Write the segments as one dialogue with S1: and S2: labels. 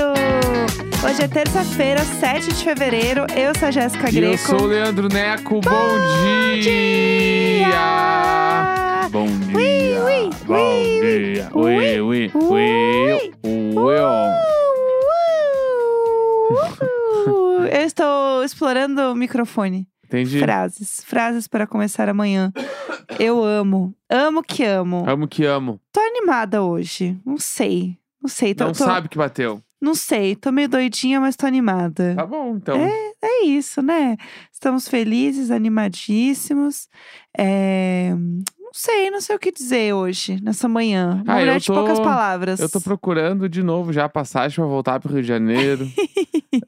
S1: um Hoje é terça-feira, 7 de fevereiro. Eu sou a Jéssica
S2: E
S1: Greco.
S2: eu sou o Leandro Neco. Bom, dia!
S1: dia!
S2: Bom
S1: Ui, ui,
S2: Bom
S1: ui,
S2: dia!
S1: ui,
S2: Ui, ui,
S1: ui,
S2: ui, ui.
S1: Uh, uh, uh. Eu estou explorando o microfone.
S2: Entendi.
S1: Frases. Frases para começar amanhã. Eu amo. Amo que amo.
S2: Amo que amo.
S1: Tô animada hoje. Não sei. Não sei. Tô,
S2: Não
S1: tô-
S2: sabe que bateu.
S1: Não sei. Tô meio doidinha, mas tô animada.
S2: Tá bom, então.
S1: É isso, né? Estamos felizes, animadíssimos. É, Não sei, não sei o que dizer hoje, nessa manhã. Uma
S2: Ah, eu
S1: mulher de
S2: tô-
S1: poucas palavras.
S2: Eu tô procurando de novo já a passagem pra voltar pro Rio de Janeiro.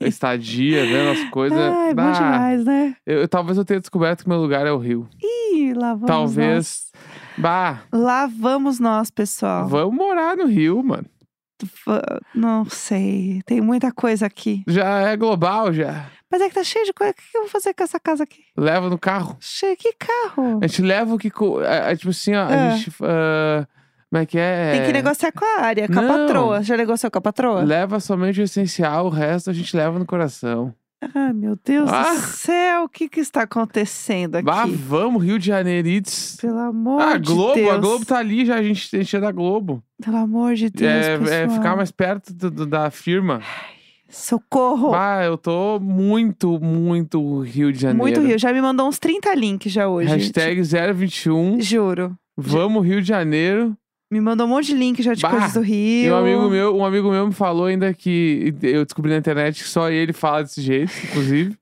S2: Estadia, vendo as coisas.
S1: Ai, bom
S2: Ah,
S1: demais, né?
S2: eu- eu- talvez eu tenha descoberto que meu lugar é o Rio.
S1: Ih, lá vamos
S2: Talvez. Bah,
S1: nós. Lá vamos nós, pessoal.
S2: vamos morar no Rio, mano.
S1: Va- Não sei, tem muita coisa aqui.
S2: Já é global, já.
S1: Mas é que tá cheio de coisa. O que que eu vou fazer com essa casa aqui?
S2: Leva no carro.
S1: Cheio, que carro!
S2: A gente leva o que. co- a- a- tipo assim, ó.
S1: Ah.
S2: A gente. ah, como é que é?
S1: Tem que negociar com a área, com a
S2: Não.
S1: patroa. Já negociou com a patroa?
S2: Leva somente o essencial, o resto a gente leva no coração.
S1: Ai, meu Deus
S2: Ah.
S1: do céu, o que que está acontecendo aqui?
S2: Bah, vamos, Rio de Janeirites.
S1: Pelo amor
S2: Ah,
S1: de
S2: Globo,
S1: Deus.
S2: a Globo tá ali já, a gente a gente é da Globo.
S1: Pelo amor de Deus,
S2: é, é
S1: pessoal.
S2: ficar mais perto do- do- da firma.
S1: Socorro!
S2: Ah, eu tô muito, muito Rio de Janeiro.
S1: Muito Rio. Já me mandou uns 30 links já hoje.
S2: Hashtag 021,
S1: Ju- Juro.
S2: vamos Rio de Janeiro.
S1: Me mandou um monte de link já de
S2: Bah,
S1: coisas do
S2: E
S1: Rio.
S2: um amigo, meu, um amigo meu me falou ainda que eu descobri na internet que só ele fala desse jeito, inclusive.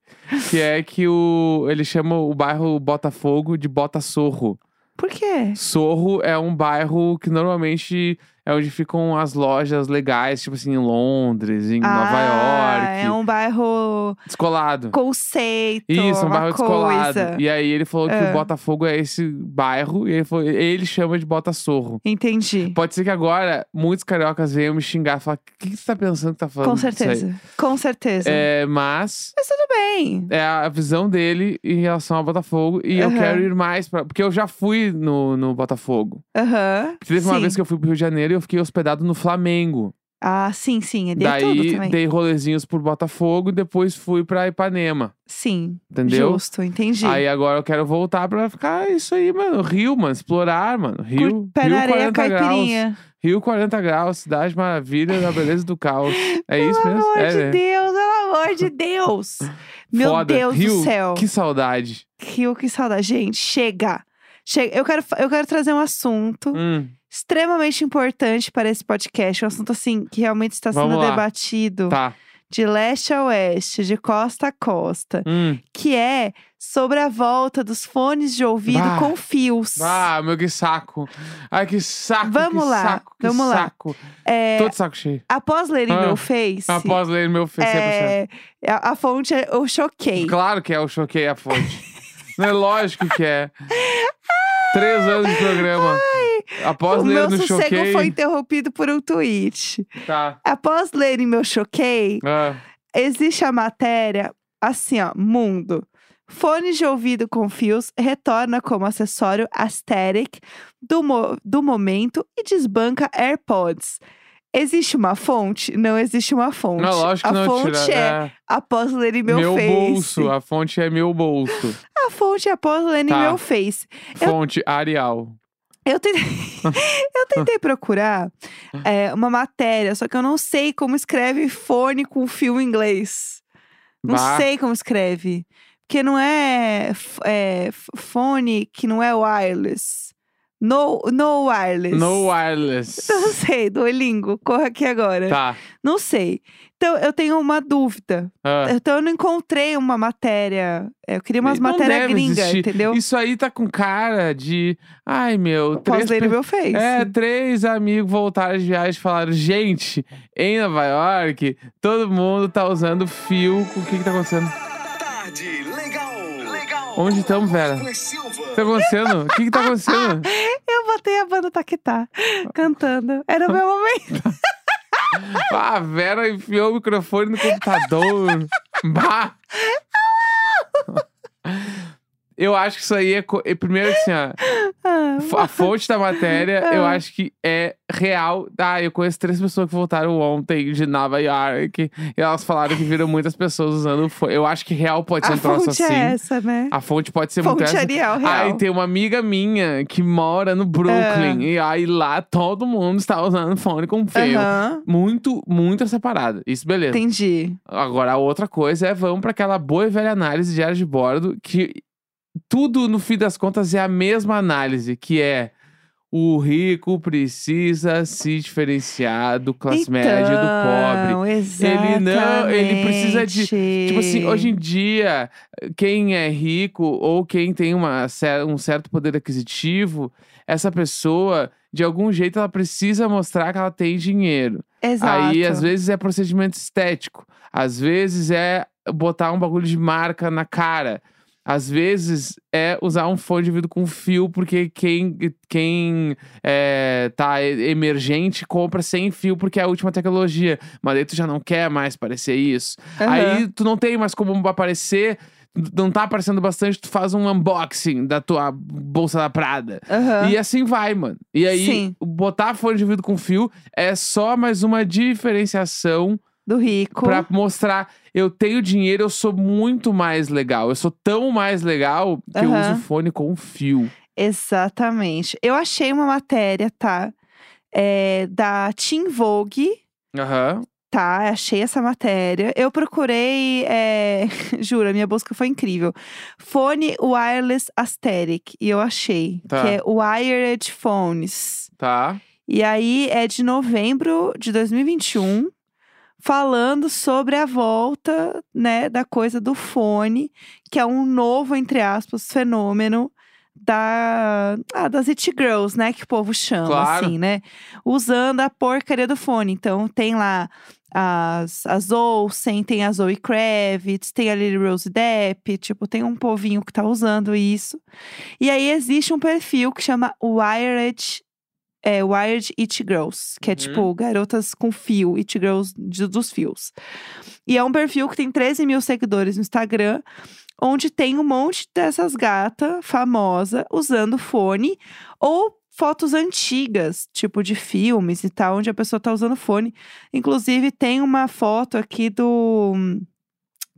S2: que é que o, ele chama o bairro Botafogo de Bota Sorro.
S1: Por quê?
S2: Sorro é um bairro que normalmente é onde ficam as lojas legais, tipo assim, em Londres, em Nova
S1: Ah,
S2: York.
S1: É um bairro
S2: Descolado.
S1: conceito.
S2: Isso, um
S1: uma
S2: bairro
S1: coisa.
S2: descolado. E aí ele falou que
S1: É.
S2: o Botafogo é esse bairro, e ele, falou- ele chama de Bota Sorro.
S1: Entendi.
S2: Pode ser que agora muitos cariocas venham me xingar e falar: o que, que você tá pensando que tá falando?
S1: Com
S2: disso aí?"
S1: certeza. Com certeza.
S2: É, mas
S1: Mas tudo bem.
S2: é a visão dele em relação ao Botafogo. E
S1: Aham.
S2: eu quero ir mais pra. Porque eu já fui no, no Botafogo.
S1: Aham.
S2: Teve uma
S1: Sim.
S2: vez que eu fui pro Rio de Janeiro e eu fiquei hospedado no Flamengo.
S1: Ah, sim, sim. Ele é tudo
S2: Daí
S1: também.
S2: dei rolezinhos por Botafogo e depois fui pra Ipanema.
S1: Sim.
S2: Entendeu?
S1: Justo, entendi.
S2: Aí agora eu quero voltar pra ficar isso aí, mano. Rio, mano. Explorar, mano. Rio.
S1: Cur- Pé
S2: Rio
S1: na areia,
S2: 40 graus.
S1: caipirinha.
S2: Rio 40 graus, cidade maravilha, da beleza do caos. É isso
S1: Pelo
S2: mesmo?
S1: amor
S2: é,
S1: de
S2: né?
S1: Deus, pelo amor de Deus. Meu
S2: Foda.
S1: Deus
S2: Rio,
S1: do céu.
S2: Que saudade.
S1: Rio, que saudade. Gente, chega. Chega. Eu quero, fa- eu quero trazer um assunto
S2: Hum,
S1: extremamente importante para esse podcast. Um assunto, assim, que realmente está sendo
S2: Vamos lá.
S1: debatido
S2: tá.
S1: de leste a oeste, de costa a costa.
S2: Hum.
S1: Que é sobre a volta dos fones de ouvido
S2: Bah.
S1: com fios.
S2: Ah, meu, que saco. Ai, que saco.
S1: Vamos
S2: que
S1: lá,
S2: saco, que
S1: vamos lá.
S2: saco.
S1: É,
S2: Tô de saco cheio.
S1: após ler em
S2: Ah,
S1: meu face,
S2: Após ler meu face, é...
S1: é, a, a fonte é Eu Choquei.
S2: Claro que é o choquei a fonte. Não é lógico que é. Três anos de programa. Após
S1: o
S2: ler
S1: meu
S2: no
S1: sossego
S2: choquei.
S1: foi interrompido por um tweet.
S2: Tá.
S1: Após lerem meu choquei,
S2: Ah,
S1: existe a matéria assim, ó, mundo. Fones de ouvido com fios retorna como acessório aesthetic do, mo- do momento e desbanca AirPods. Existe uma fonte? Não existe uma fonte.
S2: não é lógico
S1: a
S2: que não
S1: fonte
S2: tira.
S1: é
S2: né?
S1: após lerem meu, face.
S2: bolso. A fonte é meu bolso.
S1: A fonte é após lerem
S2: Tá.
S1: meu face.
S2: Fonte Arial.
S1: Eu tentei, eu tentei procurar é, uma matéria, só que eu não sei como escreve fone com fio em inglês. Não
S2: Bah.
S1: sei como escreve. Porque não é, f- é, f- fone que não é wireless. No, no wireless.
S2: No wireless.
S1: Não sei, Duolingo, corra aqui agora.
S2: Tá.
S1: Não sei. Então, eu tenho uma dúvida.
S2: Ah.
S1: Então, eu não encontrei uma matéria. é, Eu queria umas
S2: Não
S1: matérias
S2: Então deve
S1: gringas,
S2: existir.
S1: entendeu?
S2: Isso aí tá com cara de. Ai, meu.
S1: Posso
S2: Três
S1: ler
S2: pe-
S1: no meu Face.
S2: É, três amigos voltaram de viagem e falaram: gente, em Nova York, todo mundo tá usando fio. O que que tá acontecendo?
S3: Tarde, legal, legal.
S2: Onde estamos, Vera? O
S3: Douglas Silva.
S2: que tá acontecendo? O que que tá acontecendo?
S1: Eu botei a banda Taquetá cantando. Era o meu momento.
S2: Ah, a Vera enfiou o microfone no computador. bah! Eu acho que isso aí é. co- é Primeiro, assim, ó.
S1: Ah,
S2: f- a fonte da matéria, eu acho que é real. Ah, eu conheço três pessoas que voltaram ontem de Nova York. E elas falaram que viram muitas pessoas usando fo- Eu acho que real pode ser
S1: a
S2: um troço
S1: fonte
S2: assim.
S1: é essa, né?
S2: A fonte pode ser muito
S1: fonte
S2: essa. Ah,
S1: Arial, real.
S2: Aí tem uma amiga minha que mora no Brooklyn. E aí lá todo mundo está usando fone com fio.
S1: É. Aham,
S2: Muito, muito essa parada. Isso, beleza.
S1: Entendi.
S2: Agora, a outra coisa é vamos para aquela boa e velha análise de área de bordo, que tudo, no fim das contas, é a mesma análise, que é o rico precisa se diferenciar do classe média e do pobre.
S1: Então,
S2: Ele não- ele precisa de-
S1: exatamente.
S2: Tipo assim, hoje em dia, quem é rico ou quem tem uma, cer- um certo poder aquisitivo, essa pessoa, de algum jeito, ela precisa mostrar que ela tem dinheiro.
S1: Exato.
S2: Aí, às vezes, é procedimento estético. Às vezes, é botar um bagulho de marca na cara. Às vezes, é usar um fone de ouvido com fio, porque quem, quem é, tá e- emergente compra sem fio, porque é a última tecnologia. Mas daí tu já não quer mais parecer isso.
S1: Aham.
S2: Aí, tu não tem mais como aparecer... Não tá aparecendo bastante, tu faz um unboxing da tua bolsa da Prada.
S1: Aham.
S2: E assim vai, mano. E aí,
S1: Sim.
S2: botar fone de ouvido com fio é só mais uma diferenciação
S1: do rico.
S2: pra mostrar: eu tenho dinheiro, eu sou muito mais legal. Eu sou tão mais legal que eu
S1: Aham.
S2: uso fone com fio.
S1: Exatamente. Eu achei uma matéria, tá? É, da Teen Vogue,
S2: Aham.
S1: tá? Achei essa matéria. Eu procurei, é, jura, minha busca foi incrível. Fone Wireless Aesthetic, e eu achei.
S2: Tá.
S1: Que é Wired Phones.
S2: Tá.
S1: E aí é de novembro de 2021, falando sobre a volta, né, da coisa do fone, que é um novo, entre aspas, fenômeno da, ah, das it girls, né, que o povo chama,
S2: Claro.
S1: assim, né? Usando a porcaria do fone. Então tem lá as, as Olsen, tem a Zoe Kravitz, tem a Lily Rose Depp, tipo, tem um povinho que tá usando isso. E aí existe um perfil que chama Wired, é, Wired It Girls, que é
S2: Uhum.
S1: tipo garotas com fio, It Girls de- dos fios. E é um perfil que tem 13 mil seguidores no Instagram, onde tem um monte dessas gata famosa usando fone ou fotos antigas, tipo de filmes e tal, onde a pessoa tá usando fone. Inclusive, tem uma foto aqui do.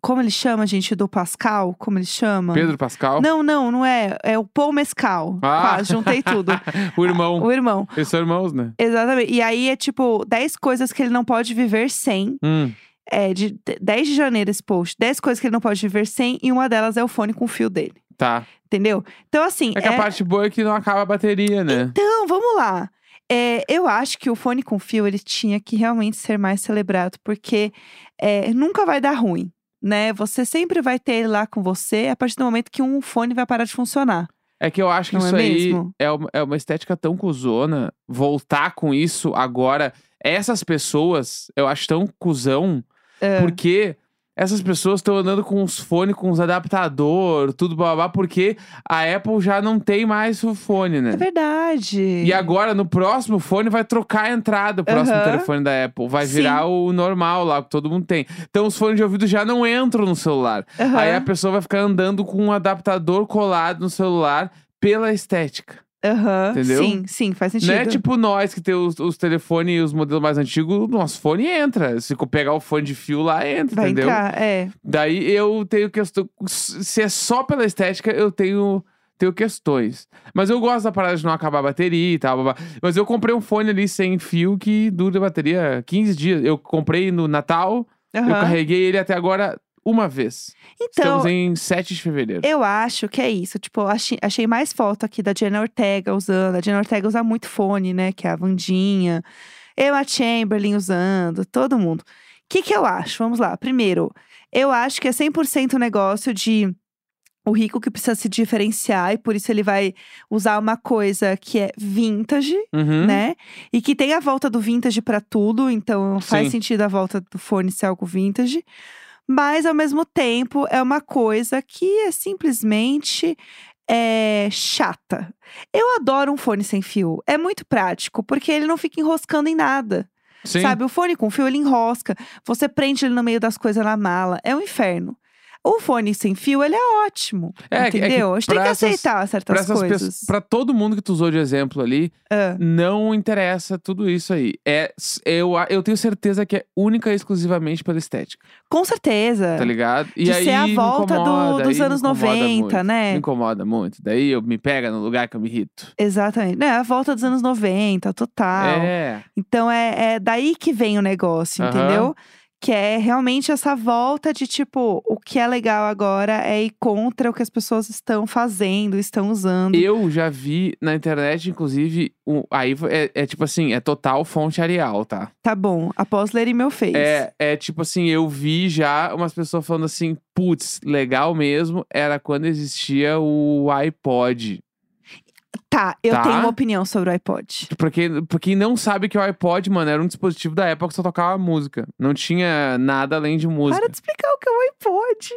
S1: Como ele chama, gente? Do Pascal? Como ele chama?
S2: Pedro Pascal.
S1: Não, não, não é. É o Paul Mescal.
S2: Ah.
S1: Quase, juntei tudo.
S2: o irmão.
S1: Ah, o irmão.
S2: Eles são irmãos, né?
S1: Exatamente. E aí é tipo 10 coisas que ele não pode viver sem.
S2: Hum.
S1: É de 10 de janeiro esse post. 10 coisas que ele não pode viver sem, e uma delas é o fone com o fio dele.
S2: Tá.
S1: Entendeu? Então, assim.
S2: É que a parte boa é que não acaba a bateria, né?
S1: Então, vamos lá. É, eu acho que o fone com fio ele tinha que realmente ser mais celebrado, porque é, nunca vai dar ruim, né? Você sempre vai ter ele lá com você a partir do momento que um fone vai parar de funcionar.
S2: É que eu acho que
S1: Não é
S2: isso aí
S1: mesmo?
S2: é uma, é uma estética tão cuzona. Voltar com isso agora, essas pessoas, eu acho tão cuzão.
S1: É.
S2: Porque essas pessoas estão andando com os fones, com os adaptador, tudo babá, porque a Apple já não tem mais o fone,
S1: É
S2: né?
S1: verdade.
S2: E agora, no próximo fone, vai trocar a entrada, o próximo
S1: Aham.
S2: telefone da Apple. Vai
S1: Sim.
S2: virar o normal lá, que todo mundo tem. Então, os fones de ouvido já não entram no celular.
S1: Aham.
S2: Aí a pessoa vai ficar andando com um adaptador colado no celular pela estética.
S1: Aham.
S2: Entendeu?
S1: Sim, sim, faz sentido.
S2: Não é tipo nós que tem os, os telefones e os modelos mais antigos, o nosso fone entra. Se eu pegar o fone de fio lá, entra,
S1: vai
S2: entendeu?
S1: entrar, é.
S2: Daí eu tenho questões. Se é só pela estética, eu tenho, tenho questões. Mas eu gosto da parada de não acabar a bateria e tal. babá. Mas eu comprei um fone ali sem fio que dura a bateria 15 dias. Eu comprei no Natal, eu
S1: Aham.
S2: carreguei ele até agora uma vez.
S1: Então,
S2: Estamos em 7 de fevereiro.
S1: Eu acho que é isso. Tipo, eu achei, achei mais foto aqui da Jenna Ortega usando. A Jenna Ortega usa muito fone, né? Que é a Vandinha. Emma Chamberlain usando, todo mundo. O que, que eu acho? Vamos lá. Primeiro, eu acho que é 100% o negócio de o rico que precisa se diferenciar e por isso ele vai usar uma coisa que é vintage,
S2: Uhum.
S1: né? E que tem a volta do vintage pra tudo, então faz
S2: Sim.
S1: sentido a volta do fone ser algo vintage. Mas ao mesmo tempo é uma coisa que é simplesmente é, chata. Eu adoro um fone sem fio. É muito prático, porque ele não fica enroscando em nada.
S2: Sim.
S1: Sabe, o fone com fio ele enrosca. Você prende ele no meio das coisas na mala. É um inferno. O fone sem fio, ele é ótimo.
S2: É, é que- é que
S1: entendeu? A gente tem
S2: pra
S1: que
S2: essas-
S1: aceitar
S2: Pra,
S1: certas
S2: essas
S1: coisas.
S2: pessoas- pra todo mundo que tu usou de exemplo ali,
S1: Ah.
S2: não interessa tudo isso aí. É, s- eu, a- eu tenho certeza que é única e exclusivamente pela estética,
S1: Com certeza.
S2: tá ligado? E
S1: É. De
S2: aí
S1: ser a
S2: me
S1: volta do-
S2: incomoda,
S1: dos
S2: aí me
S1: anos
S2: incomoda
S1: 90,
S2: muito,
S1: né?
S2: Me incomoda muito. Daí eu me pega no lugar que eu me irrito.
S1: Exatamente. Né, a volta dos anos 90, total.
S2: É.
S1: Então é, é daí que vem o negócio,
S2: Aham.
S1: entendeu? Que é realmente essa volta de tipo, o que é legal agora é ir contra o que as pessoas estão fazendo, estão usando.
S2: Eu já vi na internet, inclusive, um- aí vo- é, é tipo assim, é total fonte Arial, tá?
S1: Tá bom, após lerem meu face.
S2: É, é tipo assim, eu vi já umas pessoas falando assim, putz, legal mesmo, era quando existia o iPod.
S1: Tá, eu
S2: Tá.
S1: tenho uma opinião sobre o iPod.
S2: Pra quem, pra quem não sabe que o iPod, mano, era um dispositivo da época que só tocava música. Não tinha nada além de música.
S1: Para de explicar o que é o iPod.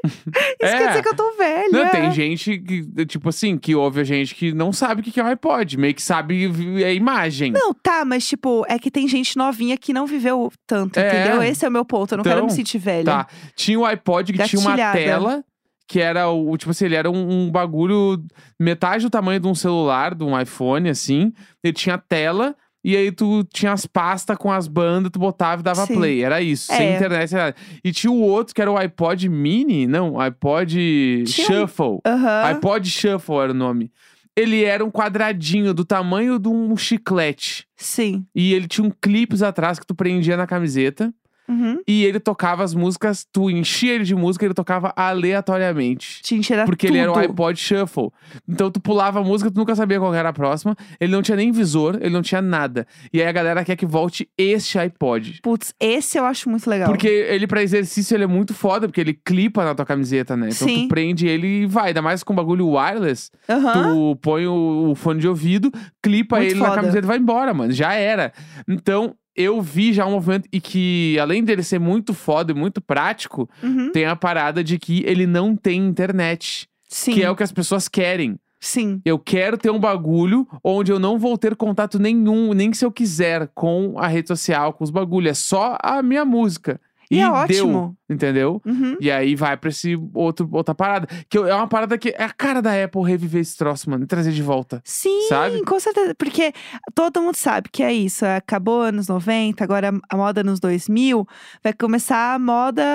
S1: Isso
S2: É.
S1: quer dizer que eu tô velha.
S2: Não, tem gente que, tipo assim, que ouve a gente que não sabe o que que é um iPod, meio que sabe a imagem.
S1: Não, tá, mas tipo, é que tem gente novinha que não viveu tanto,
S2: É.
S1: entendeu? Esse é o meu ponto, eu não quero
S2: Então,
S1: me sentir velha.
S2: Tá. Tinha o iPod que tinha uma
S1: Gatilhada.
S2: tela que era o, tipo assim, ele era um, um bagulho metade do tamanho de um celular, de um iPhone, assim. Ele tinha tela e aí tu tinha as pastas com as bandas, tu botava e dava
S1: Sim.
S2: play. Era isso,
S1: É.
S2: sem internet, sem nada. E tinha o outro que era o iPod mini, não, iPod
S1: Tinha um-
S2: Shuffle.
S1: Aham.
S2: iPod Shuffle era o nome. Ele era um quadradinho do tamanho de um chiclete.
S1: Sim.
S2: E ele tinha um clipes atrás que tu prendia na camiseta.
S1: Uhum.
S2: E ele tocava as músicas, tu enchia ele de música, ele tocava aleatoriamente.
S1: Te encher
S2: Porque ele era um o
S1: tudo.
S2: iPod Shuffle. Então tu pulava a música, tu nunca sabia qual era a próxima. Ele não tinha nem visor, ele não tinha nada. E aí a galera quer que volte este iPod.
S1: Putz, esse eu acho muito legal.
S2: Porque ele, pra exercício, ele é muito foda, porque ele clipa na tua camiseta, né? Então
S1: Sim.
S2: tu prende ele e vai. Ainda mais com bagulho wireless,
S1: Aham.
S2: tu põe o, o fone de ouvido, clipa
S1: Muito
S2: ele na
S1: foda.
S2: camiseta e vai embora, mano. Já era. Então, eu vi já um movimento e que, além dele ser muito foda e muito prático,
S1: Uhum.
S2: tem a parada de que ele não tem internet.
S1: Sim.
S2: Que é o que as pessoas querem.
S1: Sim.
S2: Eu quero ter um bagulho onde eu não vou ter contato nenhum, nem se eu quiser, com a rede social, com os bagulhos. É só a minha música.
S1: E, é
S2: deu,
S1: ótimo.
S2: entendeu?
S1: Uhum.
S2: E aí vai pra esse outro, outra parada. Que eu- é uma parada que é a cara da Apple reviver esse troço, mano, e trazer de volta.
S1: Sim,
S2: Sabe?
S1: com certeza. Porque todo mundo sabe que é isso. Acabou anos 90, agora a moda nos 2000. Vai começar a moda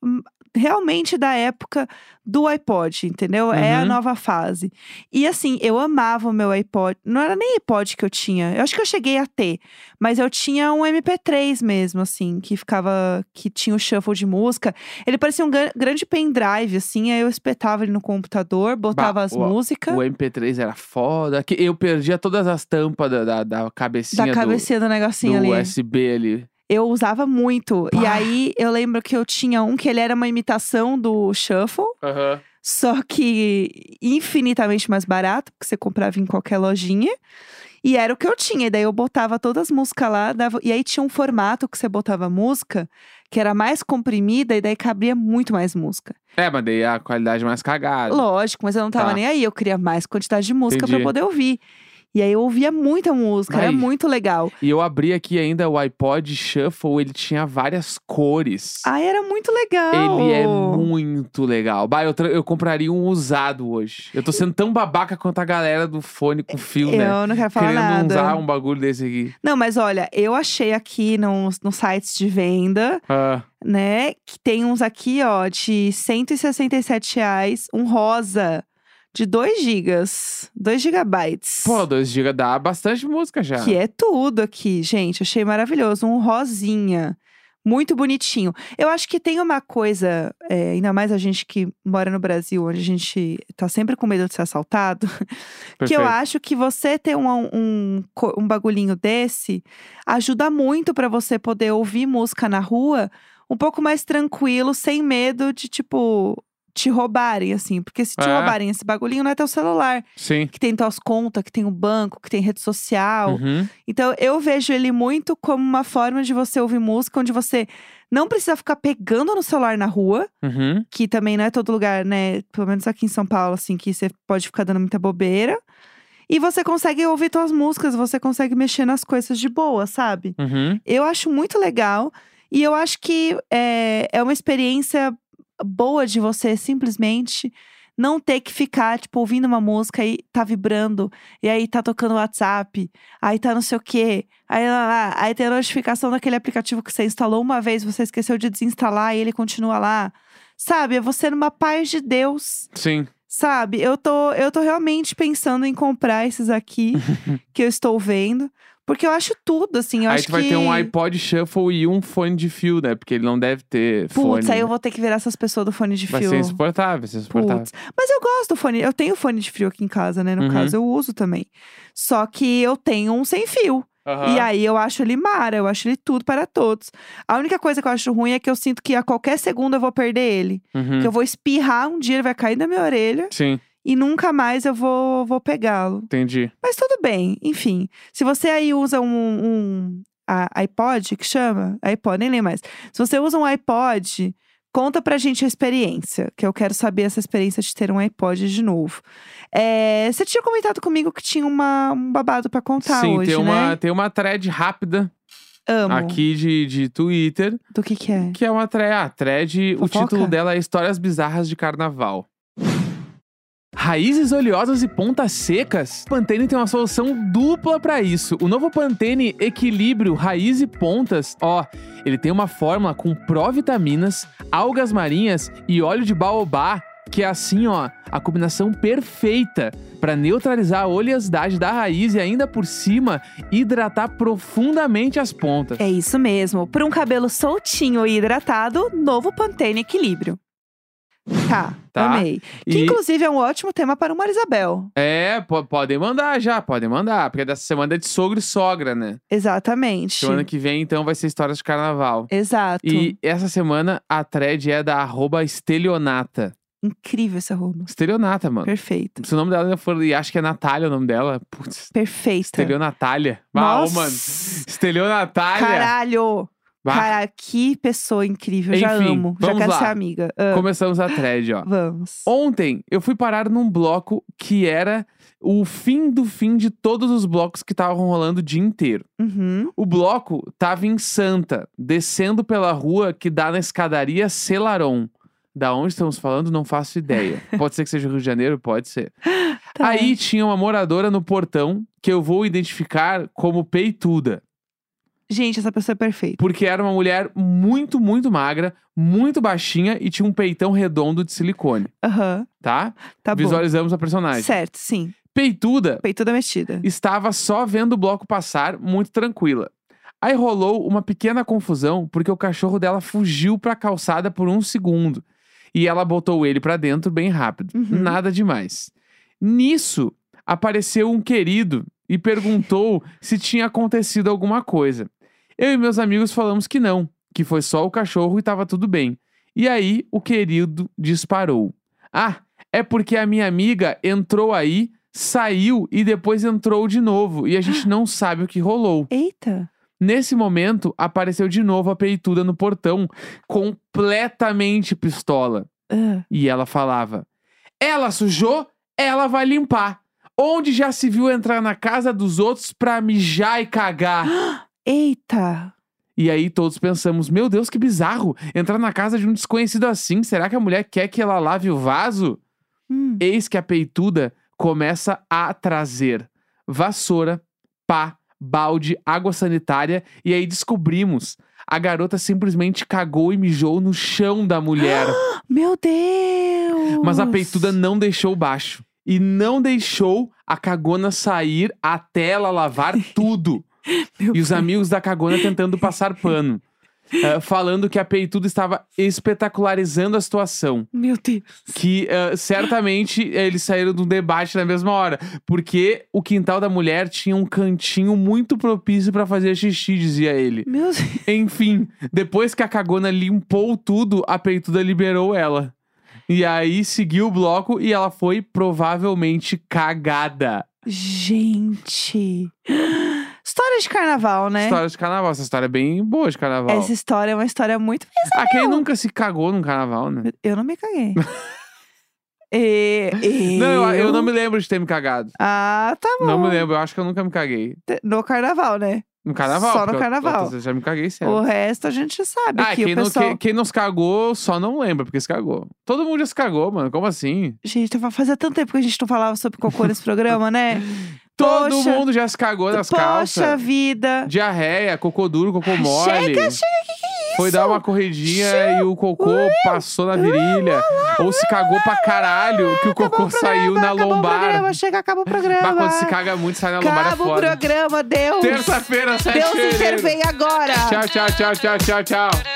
S1: hum, realmente da época do iPod, entendeu? É a
S2: Uhum.
S1: nova fase. E assim, eu amava o meu iPod. Não era nem iPod que eu tinha. Eu acho que eu cheguei a ter. Mas eu tinha um MP3 mesmo, assim, que ficava. que tinha o shuffle de música. Ele parecia um gran- grande pendrive, assim. Aí eu espetava ele no computador, botava as
S2: o- o
S1: músicas.
S2: O MP3 era foda. Que eu perdia todas as tampas da, da, da cabecinha
S1: da cabecinha do,
S2: do,
S1: negocinho
S2: do
S1: ali.
S2: USB ali.
S1: Eu usava muito. E
S2: Pá!
S1: aí eu lembro que eu tinha um que ele era uma imitação do Shuffle,
S2: Aham.
S1: só que infinitamente mais barato, porque você comprava em qualquer lojinha. E era o que eu tinha. E daí eu botava todas as músicas lá. Dava... E aí tinha um formato que você botava a música, que era mais comprimida, e daí cabia muito mais música.
S2: É, mas daí a qualidade mais cagada.
S1: Lógico, mas eu não tava
S2: Tá.
S1: nem aí. Eu queria mais quantidade de música pra eu
S2: Entendi.
S1: poder ouvir. E aí eu ouvia muita música, era
S2: Ai.
S1: muito legal.
S2: E eu abri aqui ainda o iPod Shuffle, ele tinha várias cores.
S1: Ai, era muito legal.
S2: Ele é muito legal. Bah, eu, tra- eu compraria um usado hoje. Eu tô sendo tão babaca quanto a galera do fone com fio, né?
S1: Eu não quero falar
S2: Querendo
S1: nada.
S2: usar um bagulho desse aqui.
S1: Não, mas olha, eu achei aqui nos, nos sites de venda,
S2: Ah,
S1: né? Que tem uns aqui, ó, de R$ 167 reais, um rosa de 2 gigas, 2 gigabytes.
S2: pô, 2 GB dá bastante música já.
S1: Que é tudo aqui, gente. Achei maravilhoso. Um rosinha. Muito bonitinho. Eu acho que tem uma coisa, é, ainda mais a gente que mora no Brasil, onde a gente tá sempre com medo de ser assaltado, que eu
S2: Perfeito.
S1: acho que você ter um, um, co- um bagulhinho desse ajuda muito pra você poder ouvir música na rua um pouco mais tranquilo, sem medo de, tipo, te roubarem, assim. Porque se te
S2: É.
S1: roubarem esse bagulhinho, não é teu celular,
S2: Sim.
S1: que tem tuas contas, que tem o banco, que tem rede social.
S2: Uhum.
S1: Então, eu vejo ele muito como uma forma de você ouvir música, onde você não precisa ficar pegando no celular na rua,
S2: Uhum.
S1: que também não é todo lugar, né? Pelo menos aqui em São Paulo, assim, que você pode ficar dando muita bobeira. E você consegue ouvir suas músicas, você consegue mexer nas coisas de boa, sabe?
S2: Uhum.
S1: Eu acho muito legal. E eu acho que é, é uma eh, experiência boa de você simplesmente não ter que ficar, tipo, ouvindo uma música e tá vibrando, e aí tá tocando WhatsApp, aí tá não sei o quê, aí lá, lá, aí tem a notificação daquele aplicativo que você instalou uma vez, você esqueceu de desinstalar e ele continua lá. Sabe, é você numa paz de Deus.
S2: Sim.
S1: Sabe, eu tô, eu tô realmente pensando em comprar esses aqui que eu estou vendo. Porque eu acho tudo, assim. Eu
S2: Aí
S1: acho
S2: tu vai
S1: que...
S2: ter um iPod Shuffle e um fone de fio, né? Porque ele não deve ter fone.
S1: Putz, aí eu vou ter que virar essas pessoas do fone de
S2: Vai
S1: fio.
S2: ser insuportável, vai ser insuportável.
S1: Putz. Mas eu gosto do fone. Eu tenho fone de fio aqui em casa, né? No
S2: Uhum.
S1: caso, eu uso também. Só que eu tenho um sem fio.
S2: Aham.
S1: E aí eu acho ele mara, eu acho ele tudo para todos. A única coisa que eu acho ruim é que eu sinto que a qualquer segundo eu vou perder ele.
S2: Uhum.
S1: Que eu vou espirrar um dia, ele vai cair da minha orelha
S2: Sim,
S1: e nunca mais eu vou, vou pegá-lo.
S2: entendi.
S1: Mas tudo bem, enfim. Se você aí usa um, um a- iPod, que chama? iPod, nem lembro mais. Se você usa um iPod, conta pra gente a experiência, que eu quero saber essa experiência de ter um iPod de novo. É, você tinha comentado comigo que tinha uma, um babado pra contar
S2: Sim,
S1: hoje,
S2: tem, uma,
S1: né?
S2: tem uma thread rápida
S1: Amo.
S2: aqui de, de Twitter,
S1: Do que que é?
S2: que é uma thread. A thread, o
S1: Fofoca?
S2: título dela é Histórias Bizarras de Carnaval. Raízes oleosas e pontas secas? Pantene tem uma solução dupla pra isso. O novo Pantene Equilíbrio Raiz e Pontas, ó, ele tem uma fórmula com provitaminas, algas marinhas e óleo de baobá, que é assim, ó, a combinação perfeita pra neutralizar a oleosidade da raiz e ainda por cima hidratar profundamente as pontas.
S1: É isso mesmo. Por um cabelo soltinho e hidratado, novo Pantene Equilíbrio. Tá,
S2: Tá.
S1: amei. Que
S2: E-
S1: inclusive é um ótimo tema para uma Isabel.
S2: É, po- podem mandar já, podem mandar. Porque dessa semana é de sogro e sogra, né?
S1: Exatamente.
S2: Semana que vem, então, vai ser histórias de carnaval.
S1: Exato.
S2: E essa semana a thread é da arroba estelionata.
S1: Incrível essa roupa.
S2: Estelionata, mano.
S1: Perfeita.
S2: Se o nome dela for. E acho que é Natália o nome dela. Putz,
S1: Perfeita.
S2: estelionatália. Ah, ô,
S1: Nossa.
S2: mano. Estelionatália.
S1: Caralho!
S2: Bah,
S1: Cara, que pessoa incrível. Já
S2: Enfim,
S1: amo. Já
S2: vamos
S1: quero
S2: lá.
S1: ser amiga. Ah,
S2: Começamos a thread, ó.
S1: Vamos.
S2: Ontem eu fui parar num bloco que era o fim do fim de todos os blocos que estavam rolando o dia inteiro.
S1: Uhum.
S2: O bloco tava em Santa, descendo pela rua que dá na escadaria Celaron. Da onde estamos falando, não faço ideia. Pode ser que seja o Rio de Janeiro, pode ser.
S1: Tá.
S2: Aí tinha uma moradora no portão que eu vou identificar como peituda.
S1: Gente, essa pessoa é perfeita.
S2: Porque era uma mulher muito, muito magra, muito baixinha e tinha um peitão redondo de silicone,
S1: Aham.
S2: tá?
S1: Tá
S2: Visualizamos a
S1: bom.
S2: personagem.
S1: Certo, sim.
S2: Peituda
S1: Peituda mexida.
S2: estava só vendo o bloco passar, muito tranquila. Aí rolou uma pequena confusão porque o cachorro dela fugiu para a calçada por um segundo e ela botou ele para dentro bem rápido.
S1: Uhum.
S2: Nada demais. Nisso apareceu um querido e perguntou se tinha acontecido alguma coisa. Eu e meus amigos falamos que não, que foi só o cachorro e estava tudo bem. E aí o querido disparou. Ah, é porque a minha amiga entrou aí, saiu e depois entrou de novo. E a gente não sabe o que rolou.
S1: Eita.
S2: Nesse momento, apareceu de novo a peituda no portão, completamente pistola.
S1: Ah,
S2: E ela falava: Ela sujou, ela vai limpar. Onde já se viu entrar na casa dos outros pra mijar e cagar?
S1: Eita.
S2: E aí todos pensamos: Meu Deus, que bizarro! Entrar na casa de um desconhecido assim. Será que a mulher quer que ela lave o vaso?
S1: Hum.
S2: Eis que a peituda começa a trazer vassoura, pá, balde, água sanitária e aí descobrimos. A garota simplesmente cagou e mijou no chão da mulher.
S1: Meu Deus.
S2: Mas a peituda não deixou baixo. E não deixou a cagona sair até ela lavar tudo.
S1: Meu
S2: e os
S1: pai.
S2: amigos da cagona tentando passar pano. eh, falando que a peituda estava espetacularizando a situação
S1: Meu Deus.
S2: que ah, certamente eles saíram de um debate na mesma hora, porque o quintal da mulher tinha um cantinho muito propício pra fazer xixi, dizia ele.
S1: Meu Deus.
S2: Enfim, depois que a cagona limpou tudo, a peituda liberou ela. E aí seguiu o bloco e ela foi provavelmente cagada.
S1: Gente. História de carnaval, né?
S2: História de carnaval, essa história é bem boa de carnaval.
S1: Essa história é uma história é muito
S2: Ah, quem nunca se cagou num carnaval, né?
S1: Eu não me caguei. E- eu...
S2: Não, eu, eu não me lembro de ter me cagado.
S1: Ah, tá bom.
S2: Não me lembro, eu acho que eu nunca me caguei.
S1: No carnaval, né?
S2: No carnaval.
S1: Só no
S2: porque eu-
S1: carnaval.
S2: outras vezes Eu, já me caguei sempre.
S1: O resto a gente sabe
S2: Ah,
S1: que
S2: quem,
S1: o
S2: não,
S1: pessoal.
S2: quem, quem não se cagou só não lembra porque se cagou. Todo mundo já se cagou, mano. Como assim?
S1: Gente, fazia tanto tempo que a gente não falava sobre cocô nesse programa, né?
S2: Todo
S1: Poxa.
S2: mundo já se cagou nas
S1: Poxa
S2: calças.
S1: vida.
S2: Diarreia, cocô duro, cocô mole.
S1: Chega, chega, que que é isso?
S2: Foi dar uma corridinha e o cocô passou na virilha. Ou se cagou pra caralho que o
S1: Acabou
S2: cocô
S1: o
S2: saiu
S1: programa,
S2: na
S1: acabou O
S2: lombar.
S1: programa, chega, acaba o programa.
S2: Bah, quando se caga muito, sai na lombar é
S1: acaba o
S2: foda.
S1: programa, Deus.
S2: Terça-feira, 7
S1: Deus
S2: de fevereiro.
S1: intervém agora.
S2: Tchau, tchau, tchau, tchau, tchau, tchau.